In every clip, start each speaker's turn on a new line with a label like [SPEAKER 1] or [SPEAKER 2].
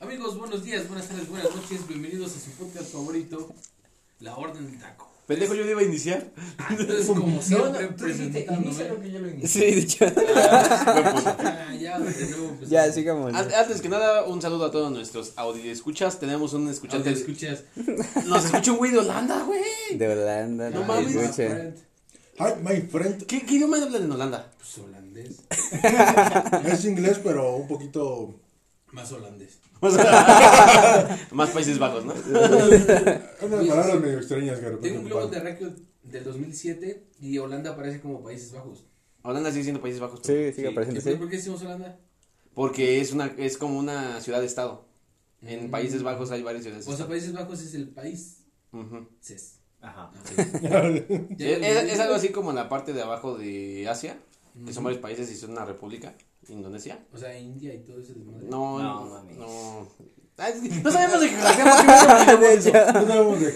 [SPEAKER 1] Amigos, buenos días, buenas tardes, buenas noches, bienvenidos a su podcast favorito, La Orden del Taco.
[SPEAKER 2] Pendejo, yo no iba a iniciar.
[SPEAKER 1] Entonces, como
[SPEAKER 3] No,
[SPEAKER 1] siempre,
[SPEAKER 3] no, tú dijiste, inicia lo
[SPEAKER 1] presentándome.
[SPEAKER 3] que yo lo inicié.
[SPEAKER 4] Sí, de hecho.
[SPEAKER 1] Ah, ya, de nuevo, pues,
[SPEAKER 4] Ya, sigamos.
[SPEAKER 2] pues, An- Antes que nada, un saludo a todos nuestros escuchas. Tenemos un
[SPEAKER 1] Ya
[SPEAKER 2] escuchante.
[SPEAKER 1] te escuchas.
[SPEAKER 2] Nos escucha un güey de Holanda, güey.
[SPEAKER 4] De Holanda,
[SPEAKER 2] No
[SPEAKER 4] no
[SPEAKER 2] mames.
[SPEAKER 4] me escucha.
[SPEAKER 1] Fred,
[SPEAKER 3] Hi, my friend.
[SPEAKER 2] ¿Qué, qué idioma hablan en Holanda?
[SPEAKER 1] Pues holandés,
[SPEAKER 3] Es inglés, pero un poquito.
[SPEAKER 1] más holandés.
[SPEAKER 2] O sea, más Países Bajos, ¿no?
[SPEAKER 3] Unas
[SPEAKER 1] Sí,
[SPEAKER 3] palabras
[SPEAKER 1] sí.
[SPEAKER 3] medio extrañas que de repente
[SPEAKER 1] Tengo un
[SPEAKER 3] me
[SPEAKER 1] globo
[SPEAKER 3] pasan.
[SPEAKER 1] terráqueo del 2007 y Holanda aparece como Países Bajos.
[SPEAKER 2] Holanda sigue siendo Países Bajos.
[SPEAKER 4] Sí, sigue apareciendo,
[SPEAKER 1] ¿Y
[SPEAKER 4] sí.
[SPEAKER 1] ¿Por qué decimos Holanda?
[SPEAKER 2] Porque es, una, es como una ciudad-estado. En Países Bajos hay varias ciudades.
[SPEAKER 1] O sea, Países Bajos es el país.
[SPEAKER 2] Ujú.
[SPEAKER 1] CES.
[SPEAKER 5] Ajá.
[SPEAKER 1] Ya
[SPEAKER 2] Es,
[SPEAKER 1] lo
[SPEAKER 2] es-
[SPEAKER 1] dije.
[SPEAKER 2] es algo así como la parte de abajo de Asia, que son varios países y son una república, Indonesia.
[SPEAKER 1] O sea, India y todo ese desmadre.
[SPEAKER 2] No,
[SPEAKER 5] No,
[SPEAKER 2] no,
[SPEAKER 5] mames.
[SPEAKER 2] no. Ay, no sabemos de geografía, ¿por qué no opinamos eso?
[SPEAKER 1] Pues,
[SPEAKER 3] No sabemos de
[SPEAKER 1] tal vez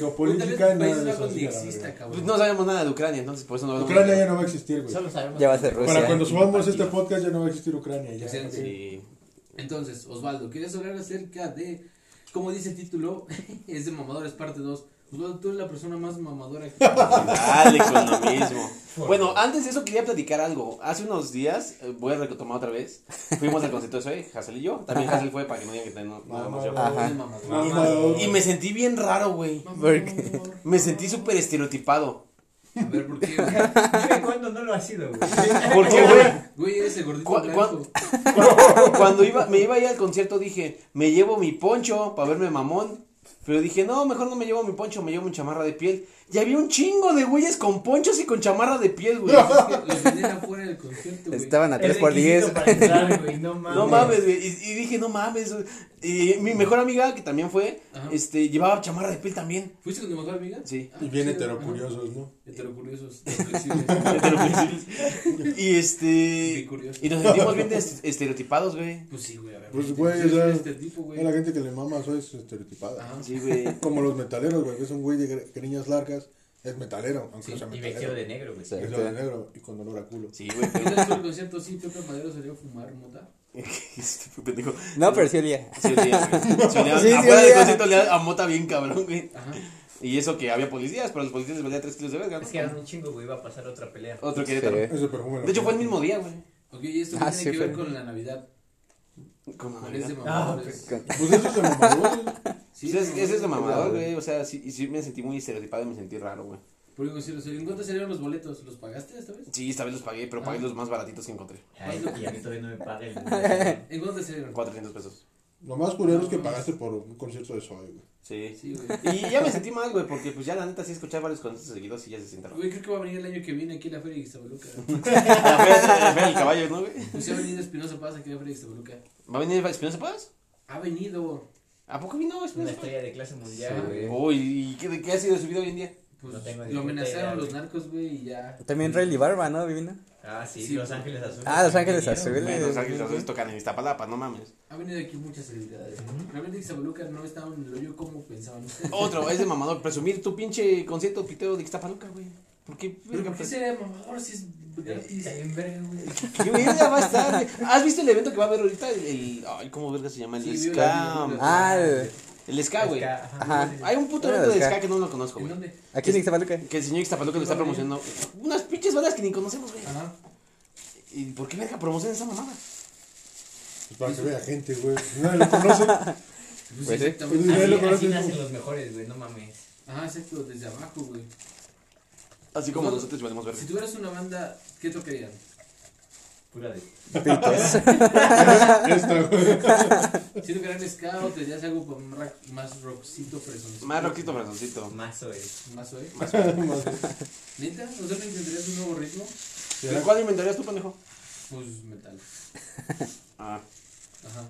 [SPEAKER 3] geopolítica, nada
[SPEAKER 1] Países
[SPEAKER 3] de eso.
[SPEAKER 1] Bajos ni
[SPEAKER 3] así que la
[SPEAKER 1] exista,
[SPEAKER 3] verga.
[SPEAKER 2] Pues
[SPEAKER 1] cabrón.
[SPEAKER 2] no sabemos nada de Ucrania, entonces por eso no hablamos.
[SPEAKER 3] Ucrania ya no va a existir, güey.
[SPEAKER 5] Solo sabemos.
[SPEAKER 4] Ya va a ser Rusia.
[SPEAKER 3] Para cuando subamos este podcast ya no va a existir Ucrania. Ya,
[SPEAKER 1] Sí,
[SPEAKER 3] así.
[SPEAKER 2] Sí.
[SPEAKER 1] Entonces, Osvaldo, ¿quieres hablar acerca de, como dice el título, es de mamadores parte 2? Osvaldo, tú eres la persona más mamadora que
[SPEAKER 2] Dale con lo mismo. Bueno, antes de eso quería platicar algo. Hace unos días, eh, voy a retomar otra vez, fuimos al concierto de Zoe, Hassel y yo. También Hassel fue para que no digan que no, nada más yo.
[SPEAKER 4] Ajá.
[SPEAKER 1] Eres mamador.
[SPEAKER 3] Mamador.
[SPEAKER 2] Y me sentí bien raro, güey.
[SPEAKER 1] Mamador.
[SPEAKER 2] Me sentí súper estereotipado.
[SPEAKER 1] A ver, ¿por qué?
[SPEAKER 5] Dime cuándo no lo ha sido, güey.
[SPEAKER 2] ¿Por qué, güey?
[SPEAKER 1] Güey, eres el gordito
[SPEAKER 2] ¿Cuá-
[SPEAKER 1] blanco.
[SPEAKER 2] Cuando iba, me iba a ir al concierto dije, me llevo mi poncho para verme mamón. Pero dije, no, mejor no me llevo mi poncho, me llevo mi chamarra de piel. Y había un chingo de güeyes con ponchos y con chamarra de piel, güey.
[SPEAKER 1] Es que los vendían afuera del concierto, güey.
[SPEAKER 4] Estaban a
[SPEAKER 5] Es
[SPEAKER 4] 3 por
[SPEAKER 5] requisito
[SPEAKER 4] 10.
[SPEAKER 5] para entrar, güey, No mames.
[SPEAKER 2] No mames, güey. Y, y dije, no mames. güey. Y mi mejor amiga, que también fue,
[SPEAKER 1] Ajá.
[SPEAKER 2] este, llevaba chamarra de piel también.
[SPEAKER 1] ¿Fuiste con tu mejor amiga? Ah,
[SPEAKER 2] Sí.
[SPEAKER 3] Y bien
[SPEAKER 1] heterocurioso.
[SPEAKER 3] heterocuriosos, ¿no?
[SPEAKER 1] Heterocuriosos, heteroflexibles.
[SPEAKER 2] y este.
[SPEAKER 1] Bicurioso.
[SPEAKER 2] Y nos sentimos bien est- estereotipados, güey.
[SPEAKER 1] Pues sí, güey, a ver.
[SPEAKER 3] Pues,
[SPEAKER 1] ¿por qué
[SPEAKER 3] güey,
[SPEAKER 1] eres
[SPEAKER 3] o sea,
[SPEAKER 1] este tipo, güey.
[SPEAKER 3] Es la gente que le mama soy estereotipada.
[SPEAKER 1] Ajá.
[SPEAKER 2] Sí, güey.
[SPEAKER 3] Como los metaleros, güey. Es un güey de gre- greñas largas. Es metalero, aunque
[SPEAKER 5] Sí,
[SPEAKER 3] no sea
[SPEAKER 5] y
[SPEAKER 3] metalero.
[SPEAKER 5] vestido de negro, güey.
[SPEAKER 4] Sí.
[SPEAKER 3] Vestido de negro y con olor a culo.
[SPEAKER 2] Sí, güey. pero-
[SPEAKER 1] Entonces, tú el concierto sí, Pepe Madero salió a fumar mota.
[SPEAKER 2] Este pendejo.
[SPEAKER 4] No, pero sí olía.
[SPEAKER 2] Sí, olía, güey. Sí, olía.
[SPEAKER 4] Sí, sí,
[SPEAKER 2] Afuera del
[SPEAKER 4] olía.
[SPEAKER 2] concierto olía a mota bien cabrón, güey.
[SPEAKER 1] Ajá.
[SPEAKER 2] Y eso que había policías, pero los policías les valía 3 kilos de verga, ¿no?
[SPEAKER 5] Es que eran un chingo, güey. Iba a pasar otra pelea.
[SPEAKER 2] Otro Querétaro.
[SPEAKER 4] Sí.
[SPEAKER 3] Ese perfume. lo
[SPEAKER 2] De hecho, fue el mismo
[SPEAKER 3] conozco.
[SPEAKER 2] día, güey.
[SPEAKER 1] Ok, y esto
[SPEAKER 4] Ah,
[SPEAKER 1] tiene
[SPEAKER 4] sí,
[SPEAKER 1] que ver
[SPEAKER 4] fue.
[SPEAKER 1] con la Navidad.
[SPEAKER 2] Como
[SPEAKER 3] Ah,
[SPEAKER 1] Con ese
[SPEAKER 2] Navidad.
[SPEAKER 1] mamadores.
[SPEAKER 3] Pues eso es de mamadores.
[SPEAKER 1] Sí,
[SPEAKER 2] Sí, Pues es, ese es de mamador,
[SPEAKER 3] Claro.
[SPEAKER 2] güey. O sea, sí, y sí me sentí muy estereotipado y me sentí raro, güey.
[SPEAKER 1] Por ejemplo, si los- ¿en cuánto salieron los boletos? ¿Los pagaste esta vez?
[SPEAKER 2] Sí, esta vez los pagué, pero pagué
[SPEAKER 1] Ah.
[SPEAKER 2] los más baratitos que encontré.
[SPEAKER 5] Ay, y a mí todavía no me paga el güey.
[SPEAKER 1] ¿En cuánto te salieron?
[SPEAKER 2] 400 pesos.
[SPEAKER 3] Lo más curioso es que pagaste por un concierto de Zoe, güey.
[SPEAKER 2] Sí.
[SPEAKER 1] Sí, güey.
[SPEAKER 2] Y ya me sentí mal, güey, porque pues ya la neta sí escuchar varios conciertos seguidos y ya se siente raro.
[SPEAKER 1] Güey, creo que va a venir el año que viene aquí la Feria de Ixtapaluca.
[SPEAKER 2] La fea- la fea del caballo, ¿no, güey?
[SPEAKER 1] Pues ha venido Espinosa Paz aquí a la Feria de Ixtapaluca.
[SPEAKER 2] ¿Va a venir Espinosa Paz?
[SPEAKER 1] Ha venido.
[SPEAKER 2] ¿A poco vino
[SPEAKER 5] Una
[SPEAKER 2] Espinosa Paz?
[SPEAKER 5] estrella de clase
[SPEAKER 4] Sí,
[SPEAKER 5] mundial,
[SPEAKER 4] güey.
[SPEAKER 5] güey.
[SPEAKER 2] Uy, ¿y qué, de qué ha sido de su vida hoy en día?
[SPEAKER 1] Pues
[SPEAKER 5] No tengo ni
[SPEAKER 1] lo
[SPEAKER 5] puta idea,
[SPEAKER 1] amenazaron los
[SPEAKER 5] güey.
[SPEAKER 1] narcos, güey, y ya.
[SPEAKER 4] También Rayleigh Barba, ¿no? Divino.
[SPEAKER 5] Ah, sí,
[SPEAKER 1] Sí,
[SPEAKER 5] Los
[SPEAKER 1] güey.
[SPEAKER 5] Ángeles Azules.
[SPEAKER 4] Ah, Los Ángeles
[SPEAKER 5] Vinieron,
[SPEAKER 4] Azules.
[SPEAKER 5] güey.
[SPEAKER 2] Bueno, los ángeles azules tocan en Iztapalapa, no mames.
[SPEAKER 1] Ha venido aquí muchas celebridades. Realmente Ixtapaluca no estaba en el hoyo como pensaban ustedes.
[SPEAKER 2] Otro, es de mamador, presumir tu pinche concierto piteo de Ixtapaluca, güey. ¿Por qué?
[SPEAKER 1] Pero ¿por
[SPEAKER 2] verga,
[SPEAKER 1] qué
[SPEAKER 2] pues?
[SPEAKER 1] sería de mamador si es gratis?
[SPEAKER 5] Está bien verga, güey.
[SPEAKER 2] ¿Qué verga va a estar? güey? ¿Has visto el evento que va a haber ahorita? El, el- ay, ¿cómo verga se llama? El
[SPEAKER 1] Sí, vi la-
[SPEAKER 2] ska.
[SPEAKER 1] vi la-
[SPEAKER 4] Ah, el-
[SPEAKER 2] El ska, güey.
[SPEAKER 5] Está- ajá.
[SPEAKER 4] Ajá.
[SPEAKER 2] Hay un puto
[SPEAKER 4] Bueno,
[SPEAKER 2] evento de
[SPEAKER 4] el ska.
[SPEAKER 2] ska que no lo conozco,
[SPEAKER 1] Ah, ¿En
[SPEAKER 2] güey.
[SPEAKER 1] dónde?
[SPEAKER 4] Aquí en Ixtapaluca.
[SPEAKER 2] Que el señor Ixtapaluca lo está promocionando. Unas pinches balas que ni conocemos, güey.
[SPEAKER 1] Ajá. Pues,
[SPEAKER 2] ¿Y por qué verga promocionan esa mamada?
[SPEAKER 3] Pues para que vea gente, güey. Nadie lo conoce.
[SPEAKER 1] Pues,
[SPEAKER 4] Pues sí.
[SPEAKER 1] exactamente.
[SPEAKER 3] Pues,
[SPEAKER 5] Así,
[SPEAKER 3] lo conoces,
[SPEAKER 5] así
[SPEAKER 3] ¿no?
[SPEAKER 5] nacen los mejores, güey. No mames.
[SPEAKER 1] Ajá, exacto, desde abajo, güey.
[SPEAKER 2] Así como nosotros podemos ver.
[SPEAKER 1] Si tuvieras una banda, ¿qué tocarían?
[SPEAKER 5] Pura de.
[SPEAKER 3] Esta, güey.
[SPEAKER 1] Si tocarían ska o tendrías algo con ra- más rockcito presoncito.
[SPEAKER 2] Más roquito, brazoncito.
[SPEAKER 5] Mazo, güey.
[SPEAKER 1] Más suave.
[SPEAKER 3] Más,
[SPEAKER 1] ¿Neta? ¿No te intentarías un nuevo ritmo?
[SPEAKER 3] ¿Será-
[SPEAKER 2] ¿Cuál inventarías tú, pendejo?
[SPEAKER 1] Pues metal.
[SPEAKER 2] Ah,
[SPEAKER 1] Ajá.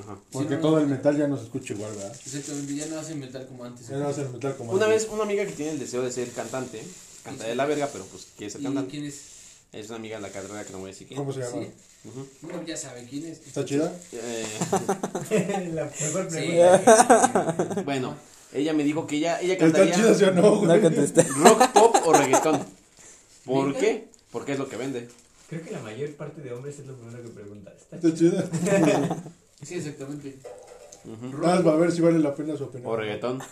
[SPEAKER 2] ajá.
[SPEAKER 3] Porque
[SPEAKER 1] no,
[SPEAKER 3] todo
[SPEAKER 1] no.
[SPEAKER 3] el metal ya no se escucha igual, ¿verdad?
[SPEAKER 1] Exactamente, ya no hacen metal como antes.
[SPEAKER 3] Ya no hace el metal como
[SPEAKER 2] Una
[SPEAKER 3] antes.
[SPEAKER 2] vez, una amiga que tiene el deseo de ser cantante, canta de la verga, pero pues quiere ser
[SPEAKER 1] ¿Y
[SPEAKER 2] cantante.
[SPEAKER 1] quién es?
[SPEAKER 2] Es una amiga de la carrera que no voy a decir quién.
[SPEAKER 3] ¿Cómo se llama?
[SPEAKER 1] Sí. No, ya sabe quién es.
[SPEAKER 3] ¿Está chida?
[SPEAKER 2] Eh,
[SPEAKER 5] La mejor
[SPEAKER 1] Sí.
[SPEAKER 5] pregunta.
[SPEAKER 2] bueno, ella me dijo que ella, ella
[SPEAKER 3] ¿Está
[SPEAKER 2] cantaría
[SPEAKER 3] chida, sí o no, güey?
[SPEAKER 4] No contesté.
[SPEAKER 2] rock, pop o reggaetón. ¿Por
[SPEAKER 1] ¿Neta?
[SPEAKER 2] qué? Porque es lo que vende.
[SPEAKER 5] Creo que la mayor parte de hombres es lo primero que preguntas.
[SPEAKER 3] ¿Está chida?
[SPEAKER 1] Sí, exactamente.
[SPEAKER 3] Nada más
[SPEAKER 1] Rock,
[SPEAKER 3] para ver si vale la pena su opinión.
[SPEAKER 2] O reggaetón.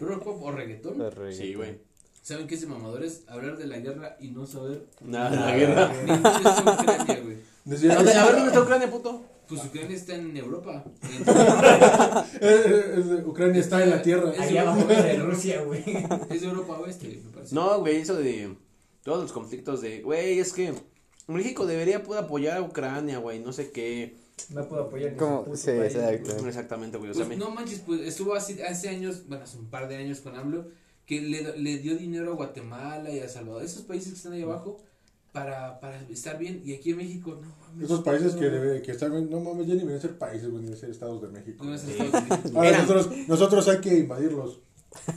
[SPEAKER 1] rock pop o reggaetón.
[SPEAKER 2] Sí, güey.
[SPEAKER 1] ¿Saben qué es de mamadores? Hablar de la guerra y no saber.
[SPEAKER 2] Nada, la
[SPEAKER 3] Ah.
[SPEAKER 2] guerra.
[SPEAKER 1] Ni qué es Ucrania, güey.
[SPEAKER 3] Decía,
[SPEAKER 2] A ver, a ver, ¿dónde está Ucrania, puto?
[SPEAKER 1] Pues Ucrania está en Europa. En-
[SPEAKER 3] eh, eh, es de Ucrania está en la tierra.
[SPEAKER 1] Es-
[SPEAKER 5] Allá abajo de Rusia, güey.
[SPEAKER 1] es de Europa Oeste, me parece.
[SPEAKER 2] No, güey, eso de todos los conflictos de, güey, es que México debería poder apoyar a Ucrania, güey, no sé qué.
[SPEAKER 5] No puedo apoyar. ni
[SPEAKER 4] Como-
[SPEAKER 5] su puto
[SPEAKER 4] sí,
[SPEAKER 5] país, güey.
[SPEAKER 4] exacto.
[SPEAKER 2] Exactamente, güey, o
[SPEAKER 1] Pues,
[SPEAKER 2] sea, me-
[SPEAKER 1] no manches, pues estuvo así hace años, bueno, hace un par de años con AMLO, que le, le dio dinero a Guatemala y a Salvador, esos países que están ahí abajo, para, para estar bien. Y aquí en México, no mames.
[SPEAKER 3] Esos países que,
[SPEAKER 1] no,
[SPEAKER 3] debe- que están, no mames, ya ni vienen a ser países, güey, ni a ser estados de México.
[SPEAKER 1] no es Estados Unidos.
[SPEAKER 3] Ahora
[SPEAKER 2] Eran.
[SPEAKER 3] nosotros, nosotros hay que invadirlos.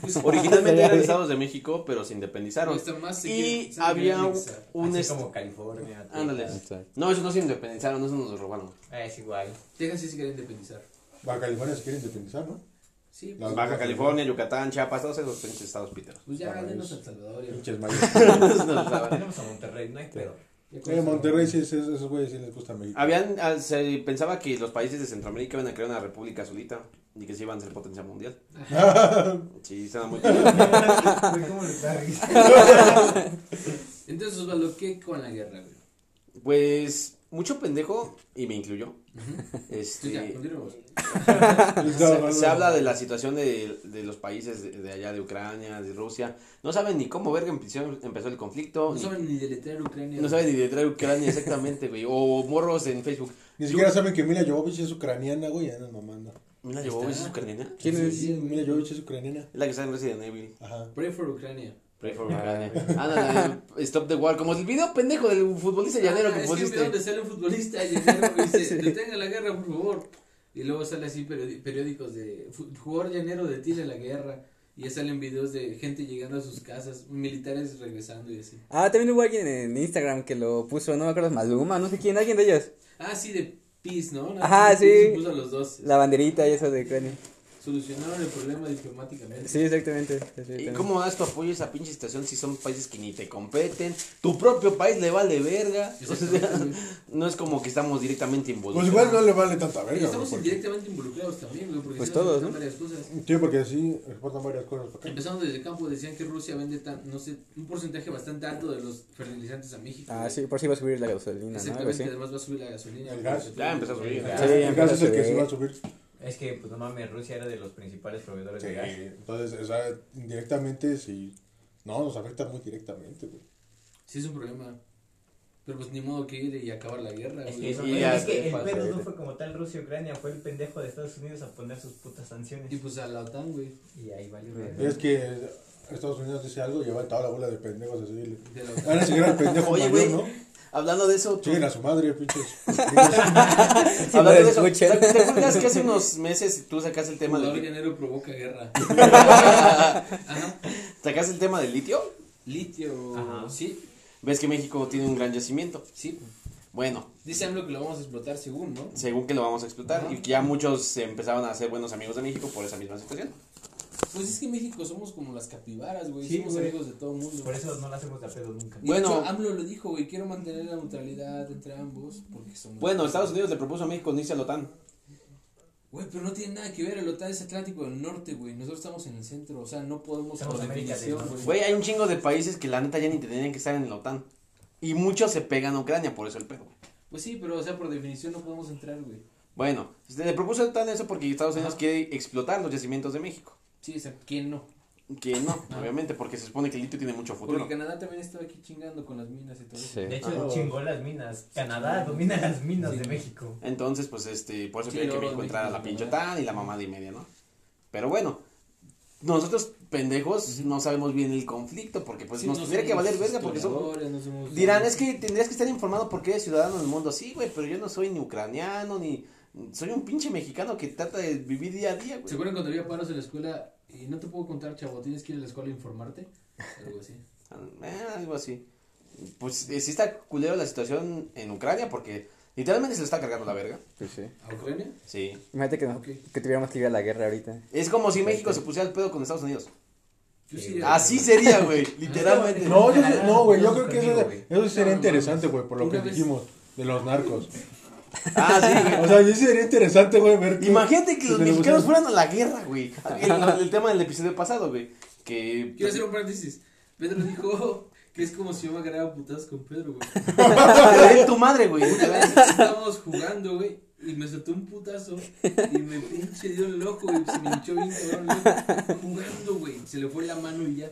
[SPEAKER 1] Pues,
[SPEAKER 2] originalmente eran
[SPEAKER 4] güey.
[SPEAKER 2] estados de México, pero se independizaron.
[SPEAKER 1] está más
[SPEAKER 2] Y
[SPEAKER 1] seguido, se
[SPEAKER 2] había
[SPEAKER 1] deberían
[SPEAKER 2] un,
[SPEAKER 1] anexar.
[SPEAKER 2] un
[SPEAKER 5] Así
[SPEAKER 2] est-
[SPEAKER 5] como ah, California. Texas.
[SPEAKER 2] ándale.
[SPEAKER 4] Exacto.
[SPEAKER 2] No, eso no se independizaron, eso nos robaron.
[SPEAKER 5] Ah, es igual.
[SPEAKER 1] Texas sí se quiere independizar.
[SPEAKER 3] Baja California se quiere independizar, ¿no?
[SPEAKER 1] Sí,
[SPEAKER 3] No.
[SPEAKER 1] pues,
[SPEAKER 2] Baja California, Yucatán, Chiapas, todos esos pinches estados piteros.
[SPEAKER 1] pues ya
[SPEAKER 3] Ah,
[SPEAKER 1] denos
[SPEAKER 3] es-
[SPEAKER 1] El Salvador. ya.
[SPEAKER 3] Pinches mayas.
[SPEAKER 5] Tenemos a Monterrey, no hay pedo.
[SPEAKER 1] Ya con
[SPEAKER 3] Eh,
[SPEAKER 1] eso-
[SPEAKER 3] Monterrey, sí, sí, esos güeyes sí les gusta México.
[SPEAKER 2] Habían, ah, se pensaba que los países de Centroamérica iban a crear una república solita y que se iban a ser potencia mundial. Sí, estaba muy
[SPEAKER 5] Güey, ¿cómo le está risa?
[SPEAKER 1] Entonces, Osvaldo, ¿qué con la guerra, güey?
[SPEAKER 2] Pues mucho pendejo, y me incluyo.
[SPEAKER 1] Sí, Pues ya,
[SPEAKER 2] Este,
[SPEAKER 1] continuemos.
[SPEAKER 2] se, se habla de la situación de, de los países de, de allá, de Ucrania, de Rusia. No saben ni cómo verga empezó, empezó el conflicto.
[SPEAKER 1] No
[SPEAKER 2] ni-
[SPEAKER 1] saben ni deletrear Ucrania.
[SPEAKER 2] No saben ni de traer Ucrania exactamente, güey. O morros en Facebook.
[SPEAKER 3] Ni siquiera saben que Mila Jovovich es ucraniana, güey. Andan mamando.
[SPEAKER 2] Mira, llevó
[SPEAKER 1] Está.
[SPEAKER 2] es ucraniana.
[SPEAKER 3] ¿Quién
[SPEAKER 1] es?
[SPEAKER 3] Mila Jovovich es ucraniana.
[SPEAKER 2] Es la que está en Resident Evil.
[SPEAKER 3] Ajá.
[SPEAKER 1] Pray for Ucrania.
[SPEAKER 2] Pray for Ucrania. Ándale, Stop the War. Como el video pendejo del futbolista llanero
[SPEAKER 1] Ah,
[SPEAKER 2] que
[SPEAKER 1] es que veo
[SPEAKER 2] pusiste.
[SPEAKER 1] donde sale un futbolista llanero que dice, detenga la guerra, por favor. Y luego sale así periodi- periódicos de "Fu- jugador llanero detiene la guerra. Y ya salen videos de gente llegando a sus casas, militares regresando y así.
[SPEAKER 4] Ah, también hubo alguien en Instagram que lo puso, no me acuerdo, Maluma, no sé quién, alguien de ellos.
[SPEAKER 1] Ah, sí, de Peace, ¿no? Nada
[SPEAKER 4] Ajá,
[SPEAKER 1] más que
[SPEAKER 4] sí.
[SPEAKER 1] Puso a los dos.
[SPEAKER 4] La banderita y eso de Ucrania.
[SPEAKER 1] Solucionaron el problema diplomáticamente.
[SPEAKER 4] Sí, exactamente.
[SPEAKER 2] ¿Y
[SPEAKER 4] exactamente.
[SPEAKER 2] cómo das tu apoyo a esa pinche situación si son países que ni te competen? Tu propio país le vale verga. O sea,
[SPEAKER 1] Exactamente.
[SPEAKER 2] no es como que estamos directamente
[SPEAKER 3] Pues
[SPEAKER 2] involucrados.
[SPEAKER 3] igual no le vale tanta
[SPEAKER 1] Y
[SPEAKER 3] verga, güey.
[SPEAKER 1] estamos
[SPEAKER 3] porque-
[SPEAKER 1] indirectamente involucrados también, güey, porque
[SPEAKER 4] Pues
[SPEAKER 1] se nos
[SPEAKER 4] todos, ¿no?
[SPEAKER 1] quitan varias cosas.
[SPEAKER 3] Sí, porque así exportan varias cosas para acá.
[SPEAKER 1] Empezando desde el campo, decían que Rusia vende, tan, no sé, un porcentaje bastante alto de los fertilizantes a México.
[SPEAKER 4] Ah,
[SPEAKER 1] güey.
[SPEAKER 4] sí, por si va a subir la gasolina, ¿no? Algo
[SPEAKER 1] Exactamente,
[SPEAKER 4] así.
[SPEAKER 1] además va a subir la gasolina.
[SPEAKER 3] El gas.
[SPEAKER 2] Ya empezó a subir.
[SPEAKER 5] Sí.
[SPEAKER 4] Sí,
[SPEAKER 3] el gas es el que
[SPEAKER 4] sí.
[SPEAKER 3] se va a subir.
[SPEAKER 5] Es que, pues no mames, Rusia era de los principales proveedores de gas.
[SPEAKER 3] Entonces, o sea, indirectamente, sí. No, nos afecta muy directamente, güey.
[SPEAKER 1] Sí, es un problema. Pero pues ni modo que ir y acabar la guerra.
[SPEAKER 5] Es
[SPEAKER 1] güey.
[SPEAKER 5] que,
[SPEAKER 1] Y
[SPEAKER 5] eso-
[SPEAKER 2] Y
[SPEAKER 5] es
[SPEAKER 2] ya,
[SPEAKER 5] que el
[SPEAKER 2] pasa,
[SPEAKER 5] pedo no fue como tal Rusia-Ucrania, fue el pendejo de Estados Unidos a poner sus putas sanciones.
[SPEAKER 1] Y pues a la OTAN, güey.
[SPEAKER 5] Y ahí valió verga.
[SPEAKER 3] Es que Estados Unidos dice algo y ya va toda la bola de pendejos Ah, a seguirle.
[SPEAKER 1] De la
[SPEAKER 3] Van
[SPEAKER 1] OTAN.
[SPEAKER 3] a seguir al pendejo
[SPEAKER 2] Oye,
[SPEAKER 3] mayor,
[SPEAKER 2] güey.
[SPEAKER 3] ¿no?
[SPEAKER 2] Hablando de eso, tú-
[SPEAKER 3] Siguen a su madre, pinches.
[SPEAKER 2] hablando
[SPEAKER 4] no
[SPEAKER 2] de eso, ¿te
[SPEAKER 4] escuchan.
[SPEAKER 2] te acuerdas que hace unos meses tú sacaste el tema
[SPEAKER 1] Tema de
[SPEAKER 2] de
[SPEAKER 1] dinero provoca guerra. Ajá.
[SPEAKER 2] ¿Sacas el tema del litio?
[SPEAKER 1] Litio.
[SPEAKER 5] Ajá.
[SPEAKER 1] Sí,
[SPEAKER 2] Ves que México tiene un gran yacimiento.
[SPEAKER 1] sí.
[SPEAKER 2] Bueno,
[SPEAKER 1] Dice AMLO que lo vamos a explotar según, ¿no?
[SPEAKER 2] según que lo vamos a explotar
[SPEAKER 1] Ajá.
[SPEAKER 2] y que ya muchos se empezaron a hacer buenos amigos de México por esa misma situación.
[SPEAKER 1] Pues es que en México somos como las capibaras, güey.
[SPEAKER 5] Sí,
[SPEAKER 1] somos
[SPEAKER 5] güey.
[SPEAKER 1] amigos de todo el mundo.
[SPEAKER 5] Por eso no la hacemos de a pedo nunca.
[SPEAKER 1] Y de
[SPEAKER 2] Bueno.
[SPEAKER 1] hecho, AMLO lo dijo, güey. Quiero mantener la neutralidad entre ambos porque somos.
[SPEAKER 2] Bueno, Estados Unidos le propuso a México unirse a la OTAN.
[SPEAKER 1] Güey, pero no tiene nada que ver. El OTAN es Atlántico del Norte, güey. Nosotros estamos en el centro. O sea, no podemos
[SPEAKER 5] Estamos
[SPEAKER 1] por
[SPEAKER 5] en América del
[SPEAKER 1] definición,
[SPEAKER 5] Norte.
[SPEAKER 2] Güey, hay un chingo de países que la neta ya ni tendrían que estar en la OTAN. Y muchos se pegan a Ucrania, por eso el pedo. güey.
[SPEAKER 1] Pues sí, pero o sea, por definición no podemos entrar, güey.
[SPEAKER 2] Bueno, se le propuso a la OTAN eso porque Estados Unidos quiere explotar los yacimientos de México.
[SPEAKER 1] Sí, o sea, ¿quién no?
[SPEAKER 2] Que no,
[SPEAKER 1] Ah.
[SPEAKER 2] obviamente, porque se supone que el litio tiene mucho futuro.
[SPEAKER 1] Porque Canadá también estaba aquí chingando con las minas y todo eso.
[SPEAKER 4] Sí.
[SPEAKER 5] De hecho,
[SPEAKER 3] Ajá.
[SPEAKER 5] chingó las minas. Canadá domina las minas de México.
[SPEAKER 2] Entonces, pues, este, por eso
[SPEAKER 1] Sí,
[SPEAKER 2] quería que
[SPEAKER 1] luego
[SPEAKER 2] México entrara a la
[SPEAKER 1] México,
[SPEAKER 2] pinche
[SPEAKER 1] ¿verdad?
[SPEAKER 2] OTAN y la mamada y media, ¿no? Pero bueno, nosotros, pendejos, no sabemos bien el conflicto, porque pues
[SPEAKER 1] Sí,
[SPEAKER 2] nos
[SPEAKER 1] no
[SPEAKER 2] tendría que
[SPEAKER 1] somos
[SPEAKER 2] valer verga, porque somos...
[SPEAKER 1] historiadores, no somos-
[SPEAKER 2] Dirán, es que tendrías que estar informado porque eres ciudadano del mundo. Sí, güey, pero yo no soy ni ucraniano, ni... Soy un pinche mexicano que trata de vivir día a día,
[SPEAKER 1] ¿Se
[SPEAKER 2] güey.
[SPEAKER 1] acuerdan cuando había paros en la escuela? Y no te puedo contar, chavo, tienes que ir a la escuela a informarte. Algo así.
[SPEAKER 2] Eh, algo así. Pues eh, sí está culero la situación en Ucrania porque literalmente se lo está cargando la verga.
[SPEAKER 4] Pues sí.
[SPEAKER 1] ¿A Ucrania?
[SPEAKER 2] Sí.
[SPEAKER 4] Imagínate que, no-
[SPEAKER 1] Ok.
[SPEAKER 4] que tuviéramos que ir a la guerra ahorita.
[SPEAKER 2] Es como
[SPEAKER 1] Pues
[SPEAKER 2] si México se pusiera el pedo con Estados Unidos.
[SPEAKER 1] Yo
[SPEAKER 5] Sí,
[SPEAKER 1] sí.
[SPEAKER 5] güey.
[SPEAKER 1] era-
[SPEAKER 2] Así sería, güey. Literalmente.
[SPEAKER 3] No, yo sé- no, güey, yo
[SPEAKER 5] Yo
[SPEAKER 3] creo que eso,
[SPEAKER 5] conmigo, güey.
[SPEAKER 3] eso sí sería
[SPEAKER 1] No, pues,
[SPEAKER 3] interesante, güey, por lo
[SPEAKER 1] Una
[SPEAKER 3] que
[SPEAKER 1] vez-
[SPEAKER 3] dijimos de los narcos.
[SPEAKER 2] Ah, sí, güey.
[SPEAKER 3] O sea, yo sí sería interesante, güey, ver. que-
[SPEAKER 2] Imagínate que los
[SPEAKER 3] le
[SPEAKER 2] mexicanos
[SPEAKER 3] gustara-
[SPEAKER 2] fueran a la guerra, güey. El, el tema del episodio pasado, güey. Que.
[SPEAKER 1] Quiero hacer un paréntesis. Pedro dijo que es como si yo me agarraba putadas con Pedro, güey.
[SPEAKER 2] Ve tu madre, güey.
[SPEAKER 1] Una vez estábamos jugando, güey, y me soltó un putazo y me pinche dio el ojo y se me hinchó bien cabrón, güey. Jugando, güey. Se le fue la mano y ya.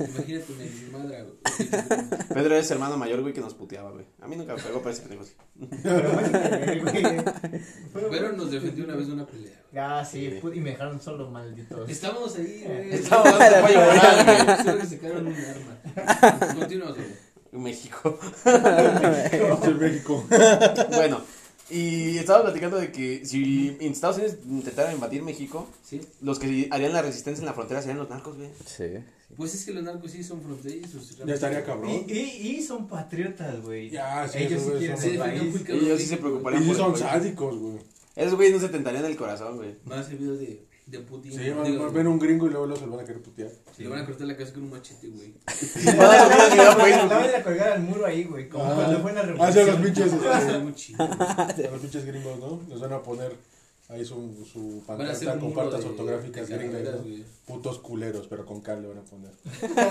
[SPEAKER 1] Imagínate me desmadra, güey.
[SPEAKER 2] Pedro es hermano mayor, güey, que nos puteaba, güey. A mí nunca me pegó para ese negocio.
[SPEAKER 5] Pero bueno, eh, güey. Fue-
[SPEAKER 1] Pero nos defendió una vez de una pelea.
[SPEAKER 5] Ah, sí, pu- y me dejaron solo, malditos.
[SPEAKER 1] Estábamos
[SPEAKER 3] Ah,
[SPEAKER 1] ahí, güey.
[SPEAKER 2] Estábamos hablando de pollo
[SPEAKER 1] Estábamos-
[SPEAKER 2] volado,
[SPEAKER 1] Solo que sacaron un arma. Continuamos, güey.
[SPEAKER 2] México.
[SPEAKER 3] Sí, México.
[SPEAKER 2] Bueno, y estaba platicando de que si en Estados Unidos intentaran invadir México,
[SPEAKER 1] ¿Sí?
[SPEAKER 2] los que harían la resistencia en la frontera serían los narcos, güey.
[SPEAKER 4] Sí.
[SPEAKER 1] Pues es que los narcos sí son fronterizos.
[SPEAKER 3] Ya estaría cabrón.
[SPEAKER 5] Y, y, y son patriotas, güey.
[SPEAKER 3] Ya, sí,
[SPEAKER 5] Ellos sí
[SPEAKER 3] eso,
[SPEAKER 5] quieren
[SPEAKER 3] eso.
[SPEAKER 5] el
[SPEAKER 1] Sí,
[SPEAKER 5] país.
[SPEAKER 1] muy cabrón.
[SPEAKER 2] Ellos sí se preocuparían
[SPEAKER 3] Y sí
[SPEAKER 2] por el
[SPEAKER 3] son
[SPEAKER 2] país.
[SPEAKER 3] sádicos, güey.
[SPEAKER 2] Esos güeyes no se tentarían el corazón, güey.
[SPEAKER 1] Van a ser videos de, de Putin.
[SPEAKER 3] Se van
[SPEAKER 1] Digo,
[SPEAKER 3] van a ver un gringo y luego los van a querer putear.
[SPEAKER 1] Le van a cortar la cabeza con un machete, güey.
[SPEAKER 2] Van a subir un video a
[SPEAKER 5] La
[SPEAKER 2] Facebook,
[SPEAKER 5] van a colgar al muro ahí, güey. Como cuando fue en la
[SPEAKER 3] Ah, sí, a los
[SPEAKER 5] revolución.
[SPEAKER 3] pinches,
[SPEAKER 1] Está
[SPEAKER 3] este,
[SPEAKER 1] muy chido.
[SPEAKER 3] a los pinches gringos, ¿no? Les van a poner ahí su, su
[SPEAKER 1] Van a hacer
[SPEAKER 3] pancarta
[SPEAKER 1] un
[SPEAKER 3] con
[SPEAKER 1] muro
[SPEAKER 3] partes
[SPEAKER 1] de-
[SPEAKER 3] ortográficas
[SPEAKER 1] de
[SPEAKER 3] gringas,
[SPEAKER 1] calaveras,
[SPEAKER 3] ¿no?
[SPEAKER 1] güey.
[SPEAKER 3] Putos culeros, pero con K le van a poner.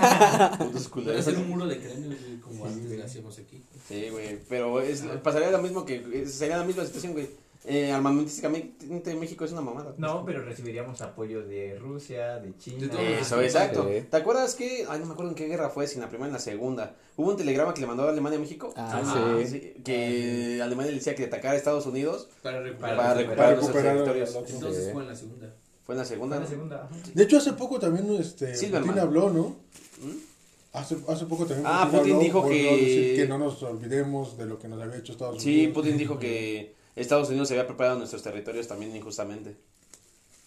[SPEAKER 2] putos
[SPEAKER 1] Van a
[SPEAKER 2] culeros.
[SPEAKER 1] hacer un muro de cráneos, güey, como antes lo hacíamos aquí.
[SPEAKER 2] Sí, güey, pero es, pasaría lo mismo que, es- sería la misma situación, güey. Eh, armamentísticamente México es una mamada.
[SPEAKER 5] No, pero recibiríamos apoyo de Rusia, de China.
[SPEAKER 1] De todo.
[SPEAKER 2] Eso, exacto.
[SPEAKER 4] Sí.
[SPEAKER 2] ¿Te acuerdas que, ay, no me acuerdo en qué guerra fue, si en la primera o en la segunda, hubo un telegrama que le mandó a Alemania a México?
[SPEAKER 4] Ah, sí.
[SPEAKER 2] Que Alemania le decía que atacara a Estados Unidos
[SPEAKER 1] Para recuperar.
[SPEAKER 2] para,
[SPEAKER 5] Para
[SPEAKER 2] recuperar los
[SPEAKER 3] recuperar
[SPEAKER 2] territorios.
[SPEAKER 3] los-
[SPEAKER 1] Entonces
[SPEAKER 4] Sí.
[SPEAKER 1] fue en la segunda.
[SPEAKER 2] Fue en la segunda,
[SPEAKER 5] La
[SPEAKER 2] ¿no?
[SPEAKER 5] Ah, segunda. ajá.
[SPEAKER 3] De hecho, hace poco también este,
[SPEAKER 2] Silverman.
[SPEAKER 3] Putin habló, ¿no?
[SPEAKER 2] ¿Mm?
[SPEAKER 3] Hace, hace poco también
[SPEAKER 2] Ah, Putin
[SPEAKER 3] habló,
[SPEAKER 2] dijo
[SPEAKER 3] volvió a
[SPEAKER 2] que-
[SPEAKER 3] decir que no nos olvidemos de lo que nos había hecho Estados
[SPEAKER 2] Sí,
[SPEAKER 3] Unidos.
[SPEAKER 2] Putin dijo que Estados Unidos se había preparado nuestros territorios también injustamente.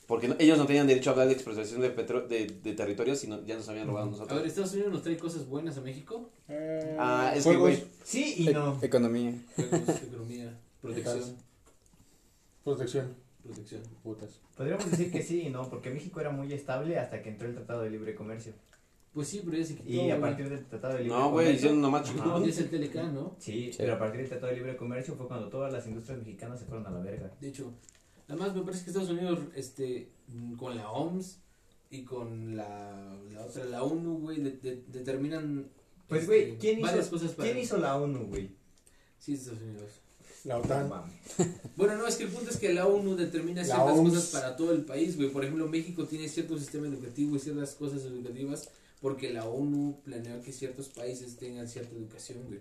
[SPEAKER 2] Porque no- ellos no tenían derecho a hablar de expropiación de, petro- de, de territorios, sino ya nos habían robado a
[SPEAKER 1] A
[SPEAKER 2] nosotros.
[SPEAKER 1] ver, Estados Unidos nos trae cosas buenas a México.
[SPEAKER 3] Eh,
[SPEAKER 2] Ah, es
[SPEAKER 3] juegos,
[SPEAKER 2] que, güey,
[SPEAKER 5] Sí y no.
[SPEAKER 4] E- economía.
[SPEAKER 1] Juegos, economía, protección.
[SPEAKER 3] Protección,
[SPEAKER 1] Protección.
[SPEAKER 3] putas.
[SPEAKER 5] Podríamos decir que sí y no, porque México era muy estable hasta que entró el Tratado de Libre Comercio.
[SPEAKER 1] Pues sí, pero ya se quitó.
[SPEAKER 5] Y a
[SPEAKER 1] güey.
[SPEAKER 5] partir del Tratado de Libre
[SPEAKER 2] no, güey,
[SPEAKER 5] Comercio.
[SPEAKER 2] hicieron nomás
[SPEAKER 5] Ajá.
[SPEAKER 1] No, ya es el Telecán, ¿no?
[SPEAKER 5] Sí,
[SPEAKER 4] Sí.
[SPEAKER 5] pero a partir del Tratado de Libre Comercio fue cuando todas las industrias mexicanas se fueron a la verga.
[SPEAKER 1] De hecho, además me parece que Estados Unidos, este, mm, con la OMS y con la, la otra, la ONU, güey, de- de- determinan.
[SPEAKER 5] Pues,
[SPEAKER 1] este,
[SPEAKER 5] güey, ¿quién hizo,
[SPEAKER 1] Varias cosas para.
[SPEAKER 5] ¿quién hizo la ONU, güey?
[SPEAKER 1] Sí, Estados Unidos.
[SPEAKER 3] La
[SPEAKER 5] No
[SPEAKER 3] OTAN.
[SPEAKER 5] mames.
[SPEAKER 1] Bueno, no, es que el punto es que la ONU determina
[SPEAKER 3] La
[SPEAKER 1] ciertas
[SPEAKER 3] OMS.
[SPEAKER 1] cosas para todo el país, güey. Por ejemplo, México tiene cierto sistema educativo y ciertas cosas educativas porque la ONU planeó que ciertos países tengan cierta educación, güey.